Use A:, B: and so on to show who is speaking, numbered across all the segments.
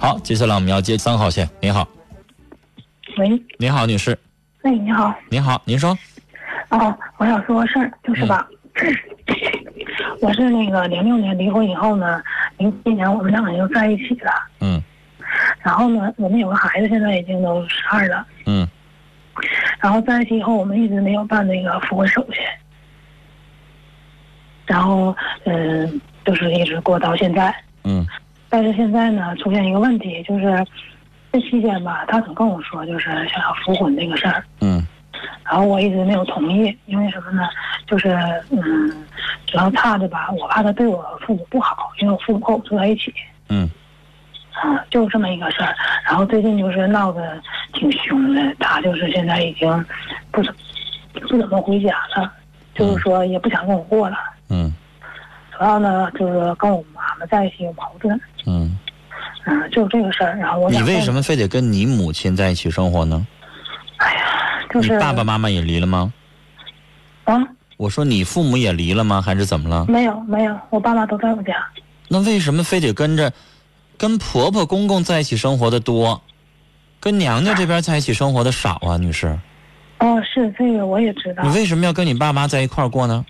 A: 好，接下来我们要接三号线。您好，
B: 喂，
A: 您好，女士，
B: 喂，你好，
A: 您好，您说，
B: 哦，我想说个事儿，就是吧，我是那个零六年离婚以后呢，零七年我们两个人就在一起了，
A: 嗯
B: 然后呢，我们有个孩子，现在已经都十二了，
A: 嗯，
B: 然后在一起以后，我们一直没有办那个复婚手续，然后嗯、就是一直过到现在，
A: 嗯
B: 但是现在呢，出现一个问题，就是这期间吧，他总跟我说就是想要复婚这个事儿，
A: 嗯
B: 然后我一直没有同意，因为什么呢？就是嗯，主要差的吧，我怕他对我父母不好，因为我父母和我住在一起，
A: 嗯
B: 啊，就这么一个事儿。然后最近就是闹得挺凶的，他就是现在已经不怎不怎么回家了，就是说也不想跟我过了。
A: 嗯
B: 主要呢就是跟我妈妈在一起有矛盾，
A: 嗯，
B: 嗯，就这个事儿。然后我
A: 你
B: 想
A: 为
B: 问
A: 什？么非得跟你母亲在一起生活呢？
B: 哎呀，就
A: 你
B: 是
A: 爸爸妈妈也离了吗？
B: 啊，
A: 我说你父母也离了吗？还是怎么了？
B: 没有没有，我爸妈都在我家。
A: 那为什么非得跟着跟婆婆公公在一起生活的多，跟娘家这边在一起生活的少啊，女士？
B: 哦，是这个我也知道
A: 你。为什么要跟你爸妈在一块儿过呢？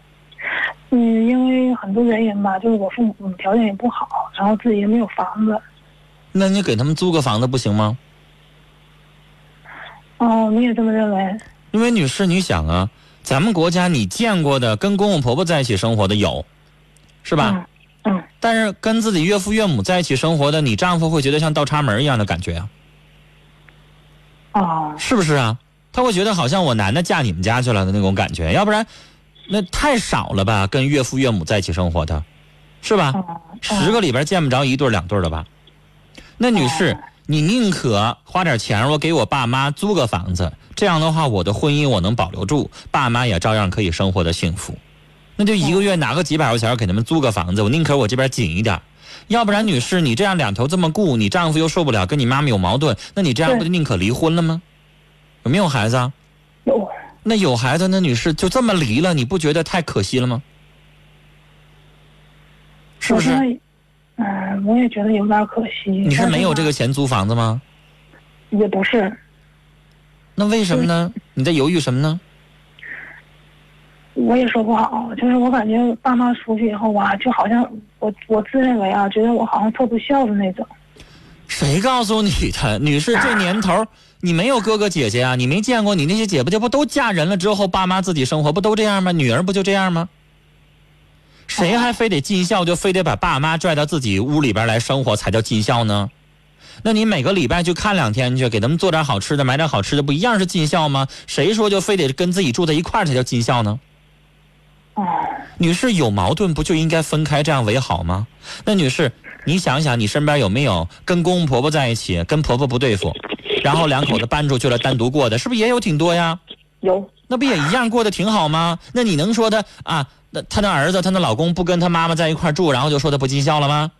B: 嗯，因为很多原因吧，就是我父母嗯条件也不好，然后自己也没有房子，
A: 那你给他们租个房子不行吗？
B: 哦，你也这么认为？
A: 因为女士，你想啊，咱们国家你见过的跟公公婆婆在一起生活的有，是吧？
B: 嗯？嗯，
A: 但是跟自己岳父岳母在一起生活的，你丈夫会觉得像倒插门一样的感觉啊，
B: 哦，
A: 是不是啊？他会觉得好像我男的嫁你们家去了的那种感觉，要不然，那太少了吧？跟岳父岳母在一起生活的，是吧？
B: 哦，
A: 十个里边见不着一对儿两对儿的吧？那女士
B: 哦，
A: 你宁可花点钱，我给我爸妈租个房子，这样的话，我的婚姻我能保留住，爸妈也照样可以生活的幸福。那就一个月拿个几百块钱给他们租个房子，我宁可我这边紧一点儿。要不然，女士，你这样两头这么顾，你丈夫又受不了，跟你妈妈有矛盾，那你这样
B: 对
A: 不就宁可离婚了吗？有没有孩子啊？
B: 有，
A: 那有孩子，那女士就这么离了，你不觉得太可惜了吗？是不是？
B: 我现在？嗯，我也觉得有点可惜。
A: 你是没有这
B: 但
A: 个钱租房子吗？
B: 吧？也不是，
A: 那为什么呢？你在犹豫什么呢？
B: 我也说不好，就是我感觉爸妈出去以后吧，就好像我我自认为啊，觉得我好像做不孝的那种。
A: 谁告诉你的？女士，这年头儿你没有哥哥姐姐啊，你没见过你那些姐夫姐不都嫁人了之后，爸妈自己生活不都这样吗？女儿不就这样吗？谁还非得尽孝，就非得把爸妈拽到自己屋里边来生活才叫尽孝呢？那你每个礼拜去看两天去，给他们做点好吃的，买点好吃的，不一样是尽孝吗？谁说就非得跟自己住在一块儿才叫尽孝呢？
B: 哦，
A: 女士有矛盾不就应该分开，这样为好吗？那女士，你想想，你身边有没有跟公公婆婆在一起，跟婆婆不对付，然后两口子搬出去了，单独过的，是不是也有挺多呀？
B: 有，
A: 那不也一样过得挺好吗？那你能说她啊？那她那儿子，她那老公不跟她妈妈在一块儿住，然后就说她不尽孝了吗？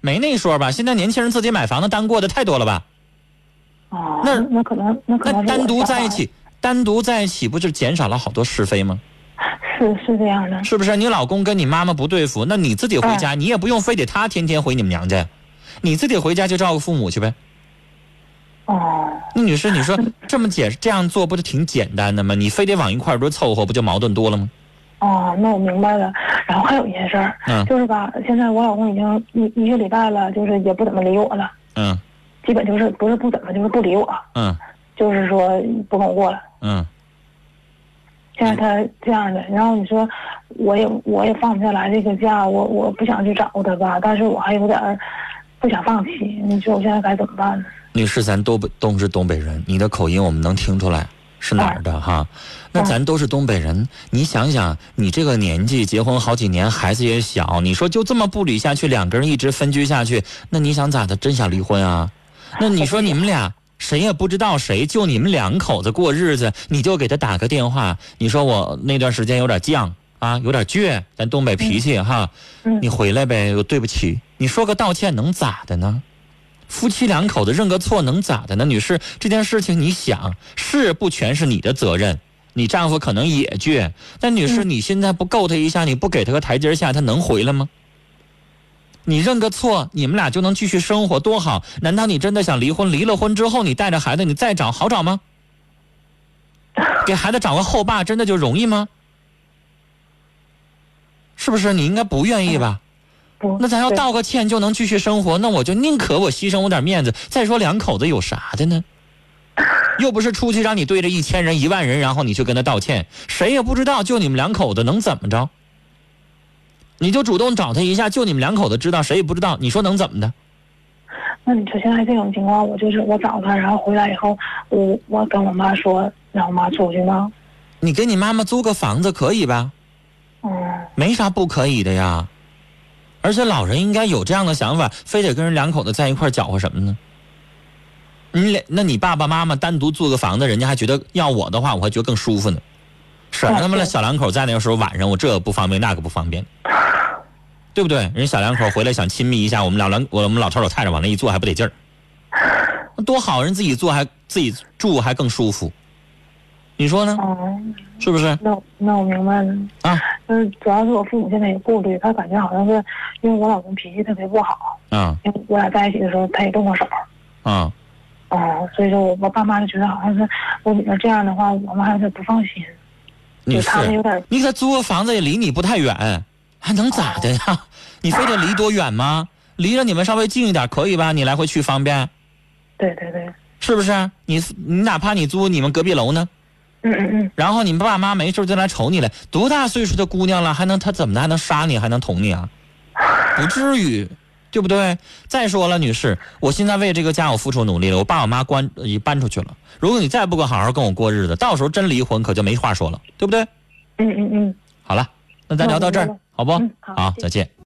A: 没那说吧。现在年轻人自己买房子单过的太多了吧？
B: 哦，
A: 那
B: 那可能那可
A: 那
B: 能是我
A: 单独
B: 想
A: 在一
B: 法
A: 起，单独在一起不就减少了好多是非吗？
B: 是是这样的。
A: 是不是？你老公跟你妈妈不对付，那你自己回家，你也不用非得他天天回你们娘家呀，你自己回家就照顾父母去呗。
B: 哦，
A: 那女士，你说这么解这样做不就挺简单的吗？你非得往一块儿多凑合，不就矛盾多了吗？
B: 哦，那我明白了。然后还有一件事儿，
A: 嗯
B: 就是吧，现在我老公已经一一个礼拜了，就是也不怎么理我了，
A: 嗯
B: 基本就是不是不怎么就是不理我，
A: 嗯
B: 就是说不跟我过了。
A: 嗯
B: 现在他这样的，然后你说我也我也放不下来这个假，我我不想去找他吧，但是我还有点儿不想放弃。你说我现在该怎么办呢？
A: 女士，咱都不都是东北人，你的口音我们能听出来是哪儿的哈。那咱都是东北人，你想想，你这个年纪结婚好几年，孩子也小，你说就这么不理下去，两个人一直分居下去，那你想咋的？真想离婚啊？那你说你们俩谁也不知道谁，就你们两口子过日子，你就给他打个电话，你说我那段时间有点犟啊，有点倔，咱东北脾气哈。
B: 嗯
A: 你回来呗，我对不起，你说个道歉能咋的呢？夫妻两口子认个错能咋的呢？女士，这件事情你想是不全是你的责任，你丈夫可能也倔，
B: 嗯
A: 但女士、你现在不够他一下，你不给他个台阶下，他能回来吗？你认个错，你们俩就能继续生活，多好！难道你真的想离婚？离了婚之后，你带着孩子，你再找好找吗？给孩子找个后爸，真的就容易吗？是不是？你应该不愿意吧？
B: 不，
A: 那咱要道个歉就能继续生活，那我就宁可我牺牲我点面子。再说两口子有啥的呢？又不是出去让你对着一千人、一万人，然后你去跟他道歉，谁也不知道，就你们两口子能怎么着？你就主动找他一下，就你们两口子知道，谁也不知道，你说能怎么的？
B: 那你说现在这种情况，我就是我找他，然后回来以后，我我跟我妈说，让我妈出去吗？
A: 你给你妈妈租个房子可以吧？
B: 嗯，
A: 没啥不可以的呀。而且老人应该有这样的想法，非得跟人两口子在一块儿搅和什么呢？你俩，那你爸爸妈妈单独租个房子，人家还觉得要我的话，我还觉得更舒服呢。省他
B: 哦
A: 妈了小两口在那个时候晚上，我这个不方便，那个不方便，对不对？人小两口回来想亲密一下，我们老两我们老头老太太往那一坐还不得劲儿，那多好，人自己坐还自己住还更舒服，你说呢？
B: 哦，
A: 是不是
B: 那那我明白了。
A: 啊？
B: 就是主要是我父母现在有顾虑，他感觉好像是因为我老公脾气特别不好，
A: 啊
B: 因为我俩在一起的时候他也动过手。
A: 啊！
B: 哦，所以说我我爸妈就觉得好像是我女儿这样的话，我们还是不放心，
A: 女
B: 就
A: 士，
B: 他们有点
A: 你给他租个房子也离你不太远，还能咋的呀？你非得离多远吗？离着你们稍微近一点可以吧？你来回去方便，
B: 对对对，
A: 是不是？你你哪怕你租你们隔壁楼呢，
B: 嗯嗯嗯，
A: 然后你们爸妈没事就来瞅你来，多大岁数的姑娘了，还能她怎么的还能杀你，还能捅你啊？不至于，对不对？再说了，女士，我现在为这个家我付出努力了，我爸我妈关已搬出去了。如果你再不给我好好跟我过日子，到时候真离婚可就没话说了，对不对？
B: 嗯嗯嗯。
A: 好了，那咱聊到这
B: 那我
A: 儿
B: 明白了，
A: 好不？
B: 嗯好
A: 好
B: 谢，谢
A: 再见。